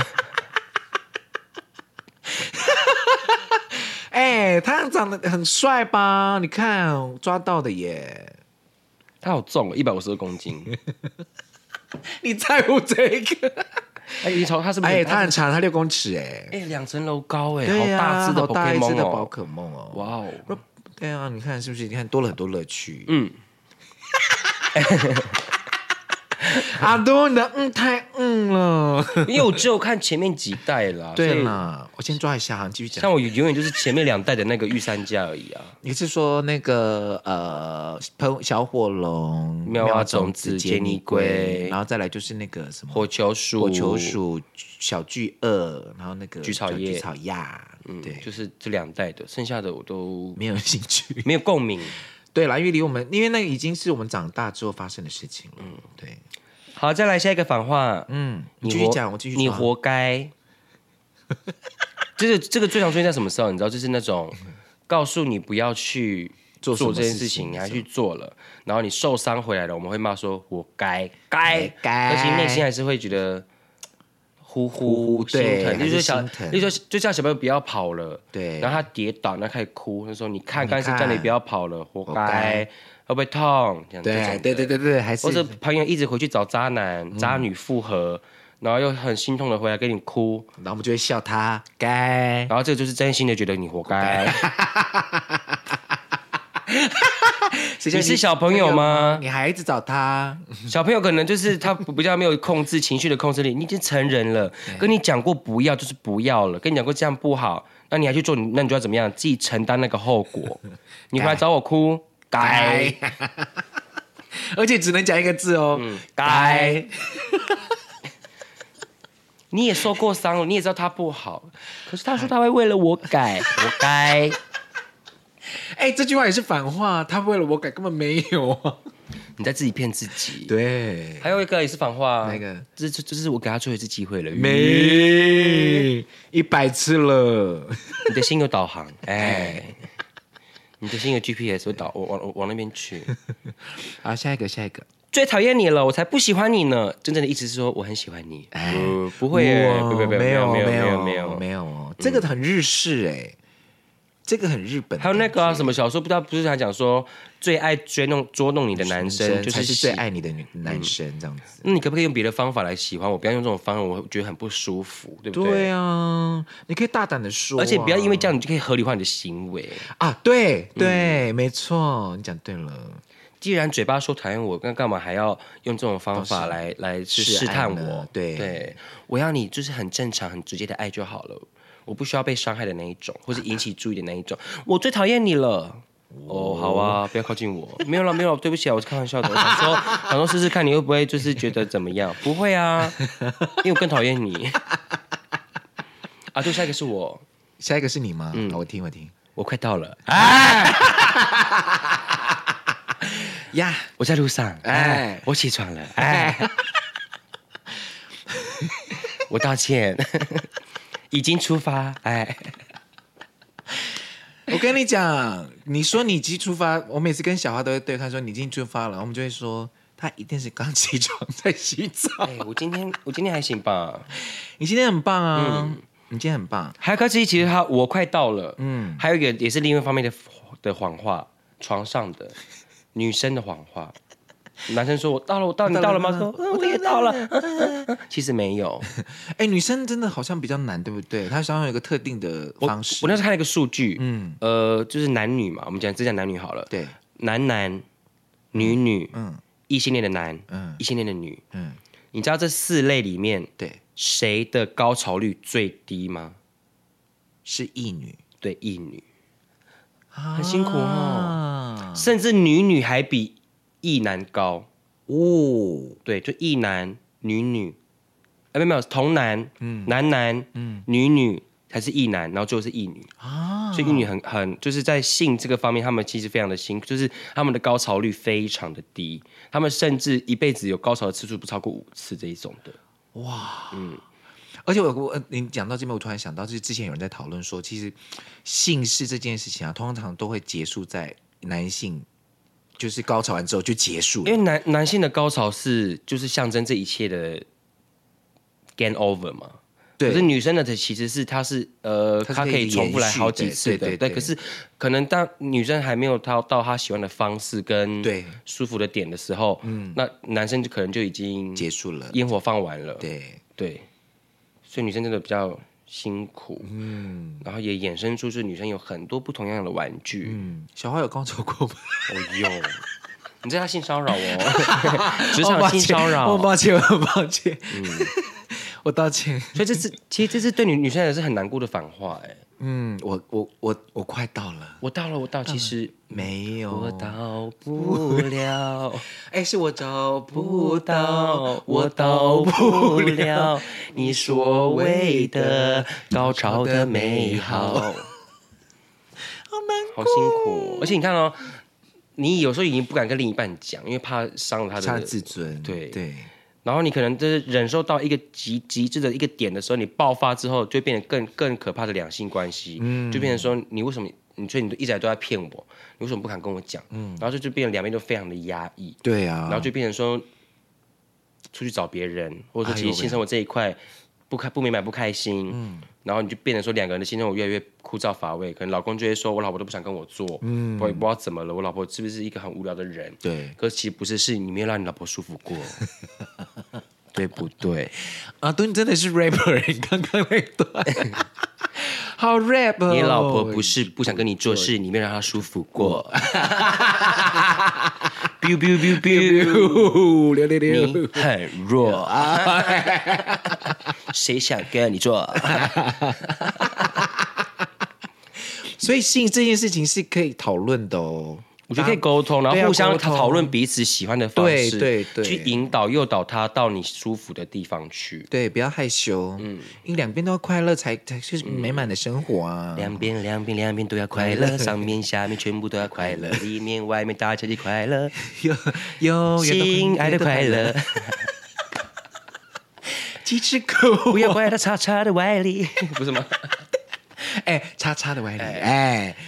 B: 哎、他长得很帅吧？你看抓到的耶。
A: 它好重、哦，一百五十二公斤。
B: 你在乎这个？
A: 哎，你瞅它是不是？
B: 哎，它很长，它六公尺哎，
A: 哎两层楼高哎、
B: 对
A: 好
B: 呀
A: 大只的
B: 好大一只
A: Pokemon
B: 的宝
A: 哦！
B: 可梦哦，
A: 哇哦，
B: 对啊，你看是不是？你看多了很多乐趣。
A: 嗯，
B: 阿多，你的嗯太嗯 (laughs) 了。
A: 因为我只有看前面几代啦，
B: (laughs)
A: 啦，
B: 对啦，我先抓一下，你继续讲
A: 像。我永远就是前面两代的那个御三家而已啊。
B: 你是说那个呃，喷小火龙、
A: 妙蛙种子杰尼龟
B: 然后再来就是那个什么
A: 火球鼠，
B: 火球，鼠、小巨鳄，然后那个
A: 菊草叶
B: 菊草亚，
A: 嗯，
B: 对，
A: 就是这两代的，剩下的我都
B: 没有兴趣。 (laughs)
A: 没有共鸣。
B: 对啦，因为离我们，因为那个已经是我们长大之后发生的事情了。对，
A: 好，再来下一个反话。
B: 嗯，
A: 嗯你
B: 你继续
A: 活
B: 讲，我继续
A: 你
B: 抓
A: 活该。 (laughs) 就是这个最常出现在什么时候？你知道，就是那种告诉你不要去
B: 做什么
A: 这件
B: 事
A: 事
B: 情
A: 情，你
B: 的
A: 还
B: 时
A: 去做了，然后你受伤回来了，我们会骂说“活该该
B: 该
A: 而且内心还是会觉得呼
B: 呼
A: 呼
B: 呼
A: 心
B: 对
A: 疼，
B: 还
A: 就是说小
B: 心，疼
A: 就说就叫小朋友不要跑了，
B: 对
A: 然后他跌倒，然后开始哭，他说：“你看，刚才
B: 看
A: 叫你不要跑了，活
B: 活
A: 该
B: 该，
A: 会不会痛？”这样这种
B: 对
A: 的
B: 对对对对，还是
A: 或者朋友一直回去找渣男、渣女复合，然后又很心痛的回来跟你哭，
B: 然后我们就会笑他该。
A: 然后这个就是真心的觉得你活 (laughs) 该。
B: 谁叫
A: 你是小朋友吗
B: 你还一直找他，
A: (laughs) 小朋友可能就是他不比较没有控制情绪的控制力，你已经成人了，跟你讲过不要就是不要了，跟你讲过这样不好，那你还去做，你那你就要怎么样？自己承担那个后 (laughs) 果。你回来找我哭，该。
B: (laughs) 而且只能讲一个字哦，
A: 嗯该。你也受过伤了，你也知道他不好，可是他说他会为了我改，活该。
B: 哎，这句话也是反话，他为了我改，根本没有啊。
A: 你在自己骗自己。
B: 对，
A: 还有一个也是反话、啊，
B: 哪一个？
A: 这这这是我给他最后一次机会了。鱼，
B: 没一百次了，
A: 你的心有导
B: (laughs)
A: 航，哎，你的心有 GPS 会导往往往那边
B: (laughs)
A: 去。
B: 好，下一个，下一个，
A: 最讨厌你了，我才不喜欢你呢。真正的意思是说我很喜欢你，
B: 哎
A: 呃不会耶，
B: 哇
A: 不不不，
B: 没有嗯
A: 没有
B: 没
A: 没有
B: 有
A: 没
B: 没
A: 有
B: 有没有，这个很日式哎，这个很日本的感觉。
A: 还有那个啊，什么小说不知道，不是还讲说最爱追弄捉弄你的男生就
B: 才是
A: 喜
B: 嗯
A: 嗯
B: 最爱你的女男生这样子。
A: 那你可不可以用别的方法来喜欢我？不要用这种方法，我觉得很不舒服，对不对？
B: 对啊，你可以大胆的说啊、
A: 而且不要因为这样，你就可以合理化你的行为。
B: 啊，对对，没错，你讲对了。
A: 既然嘴巴说讨厌我，那干嘛还要用这种方法来来去
B: 示
A: 试
B: 爱
A: 探
B: 呢
A: 我？
B: 对
A: 对，我要你就是很正常、很直接的爱就好了，我不需要被伤害的那一种，或是引起注意的那一种。我最讨厌你了。哦，好啊，不要靠近我。没有了，没有了，对不起啊，我是开玩笑的。我想
B: (laughs)
A: 说，想说试试看你会不会就是觉得怎么样？不会啊，因为我更讨厌
B: (laughs)
A: 你。啊，对，下一个是我，
B: 下一个是你吗？嗯，我听我听
A: 我快到了，哎 (laughs)
B: 呀。
A: 我在路上，哎
B: 哎，
A: 我起床了，哎， (laughs) 我道歉， (laughs) 已经出发，哎，
B: (laughs) 我跟你讲，你说你已经出发，我每次跟小花都会对看说你已经出发了，我们就会说他一定是刚起床在洗澡。
A: (laughs) 哎，我今天我今天还行吧，
B: 你今天很棒啊，
A: 嗯
B: 你今天很棒。
A: 还有一个是其实他我快到了，嗯
B: 嗯，
A: 还有一个也是另一方面的的谎话，床上的女生的谎话。男生说：“我到了，我到了，你到了吗？”说：“嗯，我也到了。嗯嗯嗯” (laughs) 其实没有，
B: 哎，女生真的好像比较难，对不对？她想要有一个特定的
A: 我
B: 方式。
A: 我那时候看了一个数据，嗯，呃，就是男女嘛，我们讲只讲男女好了，
B: 对，
A: 男男、女女、
B: 嗯
A: 异性恋的男、
B: 嗯
A: 异性恋的女，
B: 嗯，
A: 你知道这四类里面
B: 对，
A: 谁的高潮率最低吗？
B: 是异女，
A: 对，异女，
B: 很
A: 辛苦
B: 哦。
A: 甚至女女还比异男高。
B: 哦，
A: 对，就异男、女女，哎，没有没有，同男、男男、女女才是异男，然后最后是异女。
B: 啊，
A: 所以异女很很就是在性这个方面，他们其实非常的辛苦，就是他们的高潮率非常的低，他们甚至一辈子有高潮的次数不超过五次这一种的。嗯
B: 而且我我呃你讲到这边，我突然想到，就是之前有人在讨论说，其实性事这件事情啊，通常都会结束在男性就是高潮完之后就结束
A: 因
B: 了。
A: 为男男性的高潮是就是象征这一切的 game over 嘛。
B: 对
A: 可是女生的其实是她是呃，
B: 它是
A: 她可
B: 可以
A: 以重复来
B: 延续
A: 好几
B: 的
A: 次的，
B: 对对对
A: 可是可能当女生还没有到到她喜欢的方式跟
B: 对
A: 舒服的点的时候，嗯，那男生就可能就已经
B: 结束了
A: 烟火放完了，
B: 对，
A: 对所以女生真的比较辛苦，嗯，然后也衍生出是女生有很多不同样的玩具，
B: 嗯，小花有高潮过吗？
A: 哦哟，你在她性骚扰
B: (laughs)
A: 哦，职场性骚扰，嗯
B: 我很抱歉，我很抱歉， (laughs) 我道歉。
A: 所以这是其实这是对女女生也是很难过的反话哎、
B: 嗯，我我我我快到了，
A: 我到了，我到，
B: 嗯
A: 其实
B: 没有，
A: 我到不了，
B: 哎，是我找不
A: 不
B: 到
A: 到，，我
B: 我
A: 到
B: 到
A: 不
B: 不了。
A: 了你所谓的高潮的美好，好辛苦。而且你看哦，你有时候已经不敢跟另一半讲，因为怕伤了他
B: 他的
A: 的
B: 自尊，
A: 对
B: 对，
A: 然后你可能就是忍受到一个极极致的一个点的时候，你爆发之后，就变得更更可怕的两性关系，就变成说你为什么你所以你一直以来都在骗我，你为什么不敢跟我讲？然后就就变得两边都非常的压抑，
B: 对啊，
A: 然后就变成说出去找别人，或者说
B: 哎
A: 其实
B: 呦喂嗯
A: 性生活这一块不开不明白不开心，然后你就变成说两个人的性生活越来越枯燥乏味，可能老公就会说我老婆都不想跟我做，我也不知道怎么了，我老婆是不是一个很无聊的人？
B: 嗯对
A: 可其实不是，是你没有让你老婆舒服
B: (laughs)
A: 过，对不对？
B: 啊，都你真的是 rapper，你 (laughs) 刚刚那一段好 rap 哦、
A: 你老婆不是不想跟你做事，你没有让她舒服
B: (laughs)
A: 过。biu biu biu biu，
B: (laughs) 六六六
A: 你很弱啊！ (laughs) 谁想跟你
B: (laughs)
A: 做？
B: 所以性这件事情是可以讨论的哦。
A: 我觉得可以沟通，然
B: 对
A: 后
B: 啊
A: 互相
B: 沟通
A: 讨论彼此喜欢的方式，
B: 对对对
A: 去引导诱导他到你舒服的地方去。
B: 对，不要害羞，嗯，因为两边都要快乐才才是美满的生活啊。
A: 嗯
B: (laughs)
A: 两边两边两边都要快乐，上面下面全部都要快
B: (laughs)
A: 乐，里面外面大家一起快乐，
B: 有有
A: 心爱的快，乐，
B: (laughs) 鸡翅狗
A: 不，要怪到叉叉的歪理，不是吗
B: (laughs) 哎，叉叉的歪理，哎，
A: (laughs)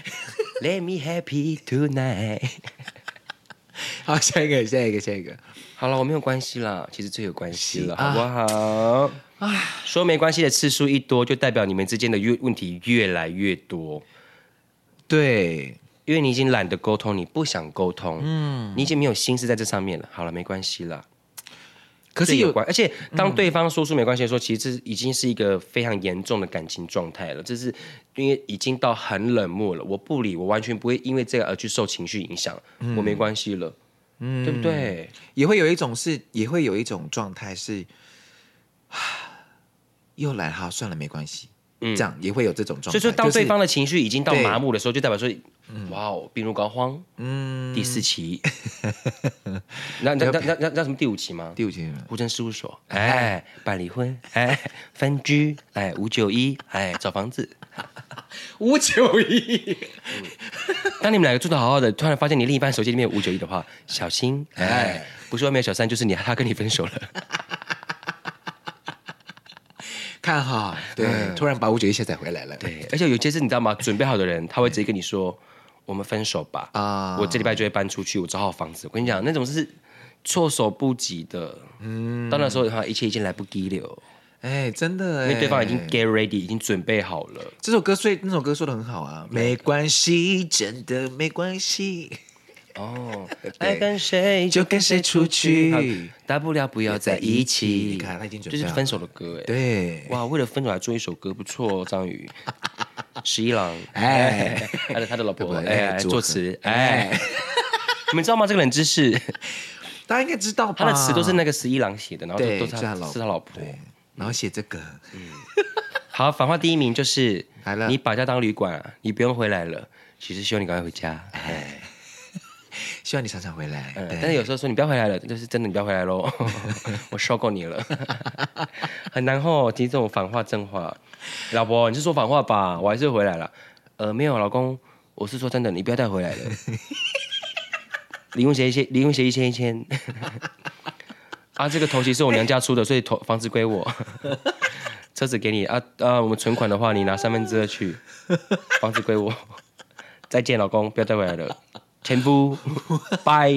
A: ？Let me happy tonight。
B: 好，下一个，下一个，下一个，
A: 好了，我没有关系啦，其实最有关系了，
B: 是啊
A: 好不好？说没关系的次数一多，就代表你们之间的越问题越来越多。
B: 对，
A: 因为你已经懒得沟通，你不想沟通，嗯，你已经没有心思在这上面了。好了，没关系啦。
B: 可
A: 这
B: 是
A: 有
B: 有嗯
A: 关，而且当对方说出没关系的时候，其实这已经是一个非常严重的感情状态了。这是因为已经到很冷漠了，我不理，我完全不会因为这个而去受情绪影响，我没关系了，嗯，对不对？
B: 也会有一种是，也会有一种状态是，啊又来哈，好算了，没关系，
A: 嗯
B: 这样也会有这种状态。嗯
A: 所以说，当
B: 就是
A: 对方的情绪已经到
B: 对
A: 麻木的时候，就代表说，哇哦，病入膏肓，嗯，第四期， (laughs) 那那那那那那什么第五期吗？
B: 第五天了，
A: 户政事务所，哎，办离婚，哎，分居，哎，五九一，哎，找房 (laughs) 子。
B: 五九一，
A: 当你们两个住的好好的，突然发现你另一半手机里面有五九一的话，小心，哎
B: 哎，
A: 不是外面有小三，就是你，他跟你分手了。(laughs)
B: 看哈，对，突然把五九一下载回来了，
A: 嗯对，而且有些是你知道吗？准备好的人，他会直接跟你说，我们分手吧，
B: 啊
A: 我这礼拜就会搬出去，我找好房子。我跟你讲，那种是措手不及的，嗯，到那时候的话，一切已经来不及了，
B: 哎，真的，哎
A: 因为对方已经。get ready，已经准备好了。
B: 这首歌，所以那首歌说的很好啊，没关系，真的没关系，
A: (laughs) 哦，爱跟谁
B: 就跟谁出去
A: 好大不了不要在一起。
B: 你看他已经准
A: 就
B: 备
A: 是
B: 好了
A: 分手的歌，哎，
B: 对，
A: 哇，为了分手还做一首歌，不错哦，张宇，
B: (laughs)
A: 十一郎，
B: 哎，
A: 他的他的老婆，
B: 对不对
A: 哎，
B: 组合
A: 作词，哎，你们知道吗？这个冷知识，
B: 大家应该知道吧？
A: 他的词都是那个十一郎写的，然后都
B: 啊对
A: 都是
B: 是
A: 他
B: 他老
A: 是他老婆。
B: 对，然后写这个，
A: 嗯好，反话第一名就是
B: 来了
A: 你把家当旅馆啊，你不用回来了。其实希望你赶快回家，
B: 希望你常常回来。
A: 嗯，
B: 对
A: 但是有时候说你不要回来了，就是真的你不要回来喽，我受够你了， (laughs) 很难哦。听这种反话正话，老婆你是说反话吧？我还是回来了。呃，没有，老公，我是说真的，你不要再回来了。离婚协议签，离婚协议签一签。啊，这个头旗是我娘家出的，所以头房子归我，车子给你啊啊，我们存款的话，你拿三分之二去，房子归我。 (laughs) 再见，老公，不要再回来了，前夫，拜。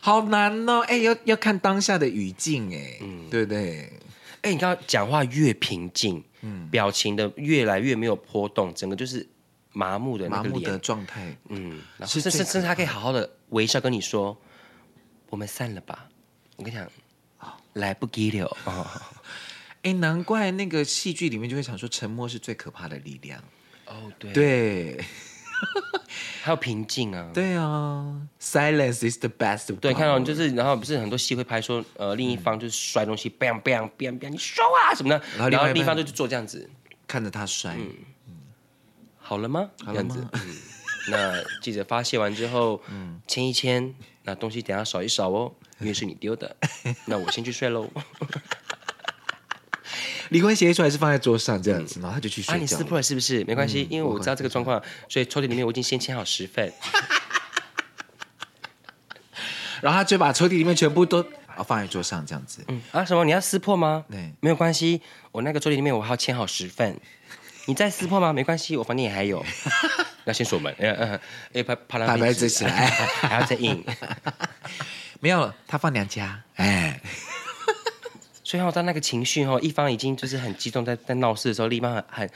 B: 好难哦，哎、要要看当下的语境，哎，
A: 嗯
B: 对不对？
A: 哎、你刚刚讲话越平静，
B: 嗯
A: 表情的越来越没有波动，整个就是麻木的那
B: 麻
A: 个
B: 木的
A: 脸，
B: 状态，
A: 嗯，然后
B: 是
A: 甚
B: 最
A: 甚甚至他可以好好的微笑跟你说，我们散了吧。我跟你讲，
B: 啊
A: 来不及了，哦、
B: 哎、难怪那个戏剧里面就会想说，沉默是最可怕的力量。
A: 哦，对
B: 对，
A: 还有平静啊，
B: 对哦啊，silence is the best。
A: 对，看到就是，然后不是很多戏会拍说，呃，另一方就是摔东西，bang bang bang bang，你摔啊什么的，
B: 嗯然后
A: 然
B: 另
A: 后
B: 外一
A: 另一
B: 半
A: 方就去做这样子，
B: 看着他摔，
A: 嗯好了吗？这
B: 了
A: 样
B: 吗
A: 子，嗯， (laughs) 那记者发泄完之后，签一签，那东西等一下少一少 (laughs) 哦，因为是你丢的，那我先去 (laughs) 睡喽。
B: 离婚协议书还是放在桌上这样子，然后他就去
A: 啊，
B: 睡
A: 你
B: 觉
A: 撕。破了是不是？没关系，因为我嗯知道这个状况，所以抽屉里面我已经先签好十份。
B: 然后他就把抽屉里面全部都啊放在桌上这样子。
A: 嗯啊，什么？你要撕破 (laughs) 吗？
B: 对
A: 没有关系，我那个抽屉里面我还要签好十份。你再撕破吗？没关系，我房间也还 (laughs) 有。要先锁门，嗯嗯，要怕怕浪
B: 把
A: 费
B: 白
A: 纸
B: 折起来
A: (laughs) 还要再印。
B: 没有，他放娘家。哎，
A: 所以哦，当那个情绪哦，一方已经就是很激动在，在闹事的时候，另一方很很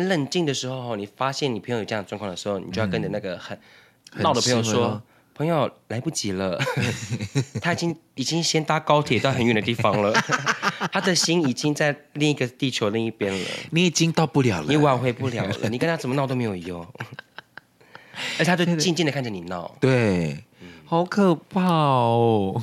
A: 很冷静的时候哦，你发现你朋友有这样的状况的时候，你就要跟着那个很
B: 很
A: 闹的朋友
B: 亲了
A: 说
B: 咯。
A: 朋友来不及了， (laughs) 他已经已经先搭高铁到很远的地方了， (laughs) 他的心已经在另一个地球另一边了，
B: 你已经到不了
A: 你
B: 了。
A: 挽回不了了，你跟他怎么闹都没有用， (laughs) 而且他就静静的看着你闹。
B: 对，
A: 嗯
B: 好可怕哦。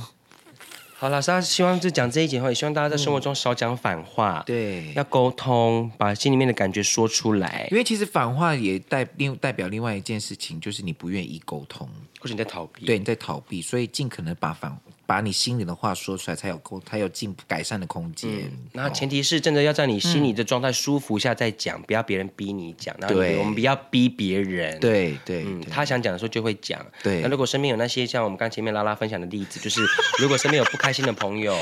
A: 好了，莎希望就讲这一节话，也希望大家在生活中少讲反话，
B: 对
A: 要沟通，把心里面的感觉说出来
B: 因，为其实反话也代另代表另外一件事情，就是你不愿意沟通，
A: 或者你在逃避。
B: 对，你在逃避，所以尽可能把反把你心里的话说出来，才有沟，才有进改善的空间。哦
A: 然后嗯前提是真的要在你心里的状态舒服下再讲，不要别人逼你讲。然后
B: 对
A: 我们不要逼别人。。
B: 对对
A: 嗯，
B: 对
A: 他想讲的时候就会讲。
B: 对
A: 那如果身边有那些像我们刚前面拉拉分享的例子，就是如果身边有不开心的朋 (laughs) 友，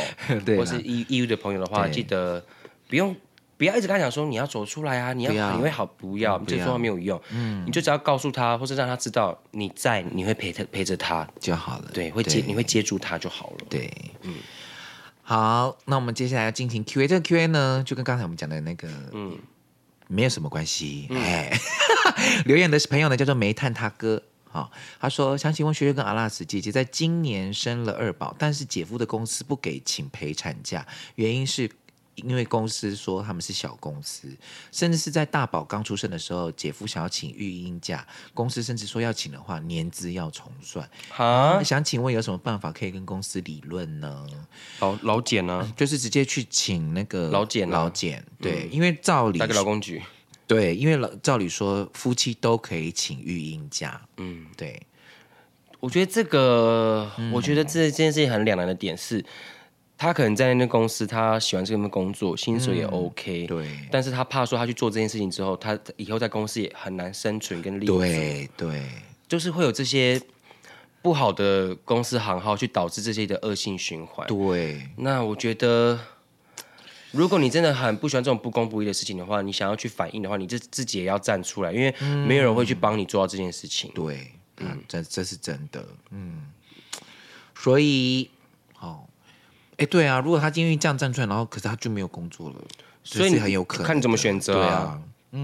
B: 对
A: 或
B: 啦
A: 是抑抑郁的朋友的话，
B: 对
A: 记得不用不要一直跟他讲说你要走出来啊，你
B: 不
A: 要
B: 要
A: 你会好，不要，你这
B: 不
A: 句
B: 要
A: 话没有用。嗯，你就只要告诉他，或是让他知道你在，你会陪他陪着他，
B: 就好了。
A: 对，会接你会接住他就好了。
B: 对，嗯。好，那我们接下来要进行 Q&A。这个 Q&A 呢，就跟刚才我们讲的那个，嗯，没有什么关系。哎， (laughs) 留言的朋友呢叫做煤炭他哥。好、他说想请问学学跟阿拉斯姐姐在今年生了二宝，但是姐夫的公司不给请陪产假，原因是因为公司说他们是小公司，甚至是在大宝刚出生的时候，姐夫想要请育婴假，公司甚至说要请的话，年资要重算。
A: 哈，
B: 想请问有什么办法可以跟公司理论呢？
A: 老老简啊，
B: 就是直接去请那个
A: 劳检啊
B: 劳检对，因为照理
A: 打给劳工局。
B: 对，因为老照理说夫妻都可以请育婴假，
A: 嗯，
B: 对，
A: 我觉得这个，我觉得这这件事情很两难的点是，他可能在那公司，他喜欢这份工作，薪水也 OK，、
B: 对，
A: 但是他怕说他去做这件事情之后，他以后在公司也很难生存跟立足，
B: 对，对，
A: 就是会有这些不好的公司行号去导致这些的恶性循环。
B: 对，
A: 那我觉得，如果你真的很不喜欢这种不公不义的事情的话，你想要去反应的话，你自自己也要站出来，因为
B: 嗯
A: 没有人会去帮你做到这件事情。
B: 对，
A: 嗯
B: 啊，这这是真的，嗯，所以，哦，哎，对啊，如果他今天这样站出来，然后可是他就没有工作了，这
A: 所以
B: 是
A: 你
B: 很有可能的，
A: 看你怎么选择
B: 对
A: 啊
B: 啊，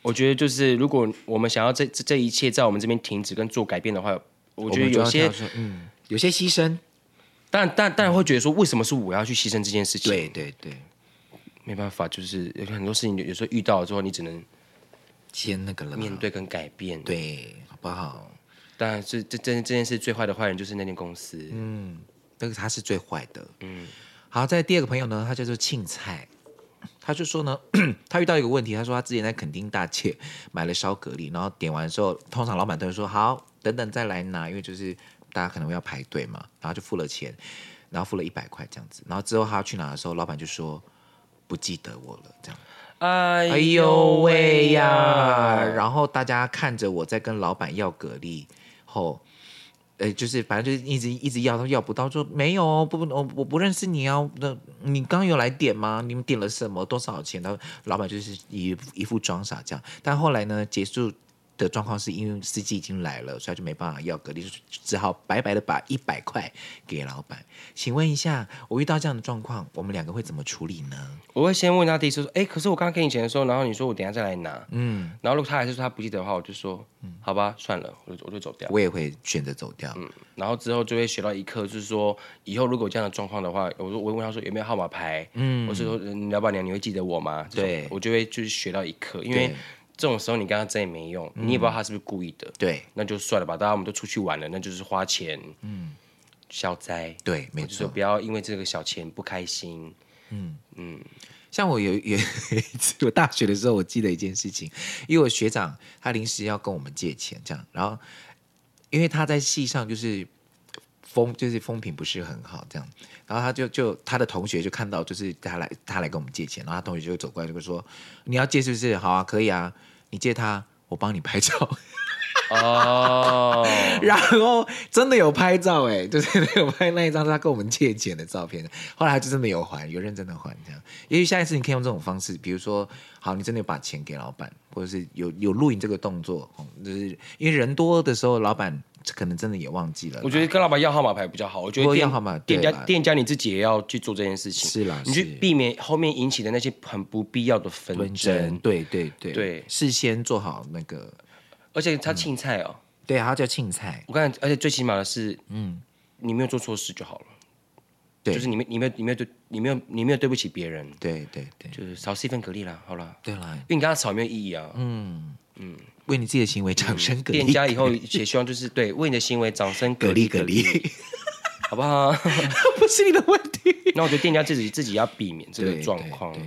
A: 我觉得就是，如果我们想要这这这一切在我们这边停止跟做改变的话，我觉得
B: 们就
A: 有
B: 要
A: 些
B: 跳，出嗯，有些牺牲，
A: 但但但会觉得说，为什么是我要去牺牲这件事情？
B: 对，对对，
A: 没办法，就是有很多事情，有有时候遇到了之后，你只能
B: 先那个了，
A: 面，对跟改变。，
B: 对，好不好？
A: 当然这这这这件事最坏的坏人就是那间公司。
B: 嗯但是他是最坏的。嗯，好，在第二个朋友呢，他叫做庆菜，他就说呢， (clears throat) 他遇到一个问题，他说他之前在垦丁大街买了烧蛤蜊，然后点完之后，通常老板都会说好，等等再来拿，因为就是大家可能会要排队嘛，然后就付了钱，然后付了一百块这样子，然后之后他去拿的时候，老板就说不记得我了这样。
A: 哎
B: 哎呦喂呀！然后大家看着我在跟老板要蛤蜊后，呃，就是反正就是一直一直要，都要不到，说没有哦，不不，我我不认识你啊，那你刚刚有来点吗？你们点了什么？多少钱？然后老板就是一一副装傻这样，但后来呢，结束。的状况是因为司机已经来了，所以他就没办法要蛤蜊，就只好白白的把一百块给老板。请问一下，我遇到这样的状况，我们两个会怎么处理呢？
A: 我会先问他第一次说，哎，可是我刚刚给你钱的时候，然后你说我等一下再来拿，
B: 嗯，
A: 然后如果他还是说他不记得的话，我就说，好吧，算了，我就我就走掉。
B: 我也会选择走掉。
A: 然后之后就会学到一课，就是说以后如果有这样的状况的话，我说我会问他说有没有号码牌，嗯，我是说嗯老板娘你会记得我吗？这种
B: 对
A: 我就会就是学到一课，因为
B: 对嗯
A: 这种时候你跟他争也没用，你也不知道他是不是故意的，
B: 对
A: 那就算了吧，大家我们都出去玩了，那就是花钱，嗯，消灾，
B: 对，没
A: 我就说
B: 错
A: 不。要因为这个小钱不开
B: (laughs)
A: 心，
B: 像我有 (laughs) 有一次，我大学的时候，我记得一件事情，因为我学长他临时要跟我们借钱，这样，然后因为他在系上就是风就是风评不是很好，这样，然后他就就他的同学就看到就是他来他来跟我们借钱，然后他同学就走过来就说你要借是不是？好啊，可以啊，你借他，我帮你拍照。
A: 哦，
B: (laughs) 然后真的有拍照哎、就是有拍那一张他跟我们借钱的照片，后来他就真的有还，有认真的还这样。也许下一次你可以用这种方式，比如说，好，你真的有把钱给老板，或者是有有录影这个动作，哦就是因为人多的时候，老板可能真的也忘记了啦。
A: 我觉得跟老板要号码牌比较好。我觉
B: 不
A: 得
B: 过
A: 店
B: 要号码对
A: 店家
B: 啦
A: 店家你自己也要去做这件事情，
B: 是啦
A: 你去
B: 是
A: 避免后面引起的那些很不必要的纷
B: 文
A: 争。
B: 对对对
A: 对
B: 事先做好那个，
A: 而且他青菜哦，
B: 对，他叫庆菜，
A: 我刚才，而且最起码的是，嗯，你没有做错事就好了。
B: 对
A: 就是你没你没有你没有对你没有你没有对不起别人，
B: 对对对，
A: 就是少吃一份蛤蜊啦，好啦，
B: 对啦
A: 因，为你跟他吵没有意义啊。嗯，
B: 为你自己的行为掌声鼓励，
A: 店家以后也希望就是对为你的行为掌声
B: 鼓
A: 蛤
B: 励 (laughs)
A: 蜊
B: 鼓励，
A: 好不好？ (laughs)
B: 不是你的问题。
A: 那我觉得店家自己自己要避免这个
B: 对
A: 状
B: 对
A: 况。
B: 对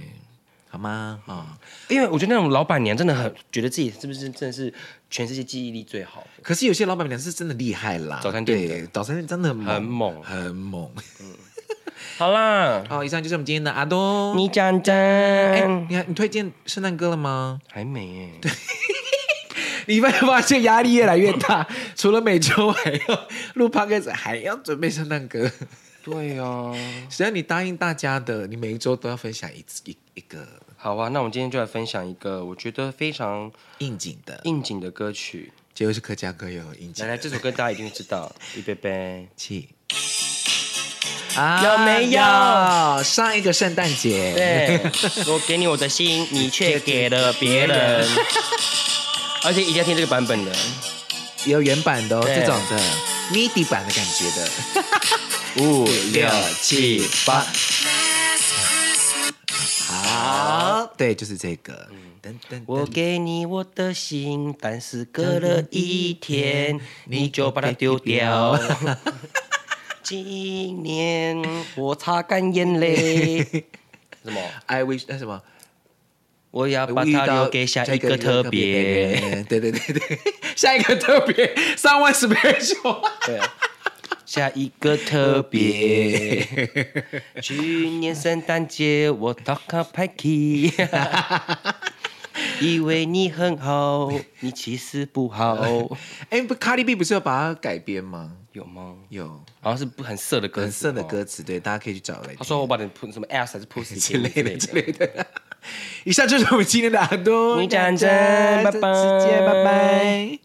B: 好吗？啊、
A: 因为我觉得那种老板娘真的很觉得自己是不是真的是全世界记忆力最好的，
B: 可是有些老板娘是真的厉害啦，
A: 早餐店的
B: 对早餐店真的
A: 很猛。
B: 很猛。 (laughs)
A: 好啦，
B: 好，以上就是我们今天的阿东。
A: 你讲
B: 哎、
A: 真
B: 你看你推荐圣诞歌了吗？
A: 还没耶，对，
B: 你会发现压力越来越大，除了每周还要录 podcast，还要准备圣诞歌。
A: 对哦。
B: 只要你答应大家的，你每一周都要分享一次一一个
A: 好啊，那我们今天就来分享一个我觉得非常
B: 应景的，
A: 应景的歌曲。
B: 结果是客家歌哟，应景
A: 来来，
B: 的。
A: 这首歌大家一定知道，预备备。
B: 气。啊
A: 有没有
B: 上一个圣诞节？，
A: 对，我给你我的心，你却给了别人。 (laughs) 而且一定要听这个版本的，
B: 有原版的、哦、
A: 对
B: 这种的 MIDI 版的感觉的，
A: 五六七八，
B: 好，嗯对，就是这个。噔噔
A: 我
B: 噔，
A: 给你我的心，但是隔了一天，你就把它丢 (laughs) 掉。今年我擦干眼泪，什么？
B: I wish 那什么，
A: 我要把
B: 我遇
A: 它
B: 到
A: 留给下一个特别。
B: 人，对对对对， (laughs) 下一个特别三万 special，
A: 对，下一个特 (laughs) 别。去年圣诞节我打卡派 (laughs) y 以为你很好，你其实不好，
B: (laughs) 哎，不，Cardi B 不是要把它改编吗？
A: 有吗？
B: 有
A: 好像是不很色的歌，
B: 很色的。歌词，对，大家可以去找来听
A: 他说我把你 p 什么 ass 还是 pussy
B: 之类的之
A: 的。
B: 类的。 (laughs) 以上就是我们今天的阿多，
A: 你讲真
B: 大家
A: 拜拜
B: 再见，拜拜。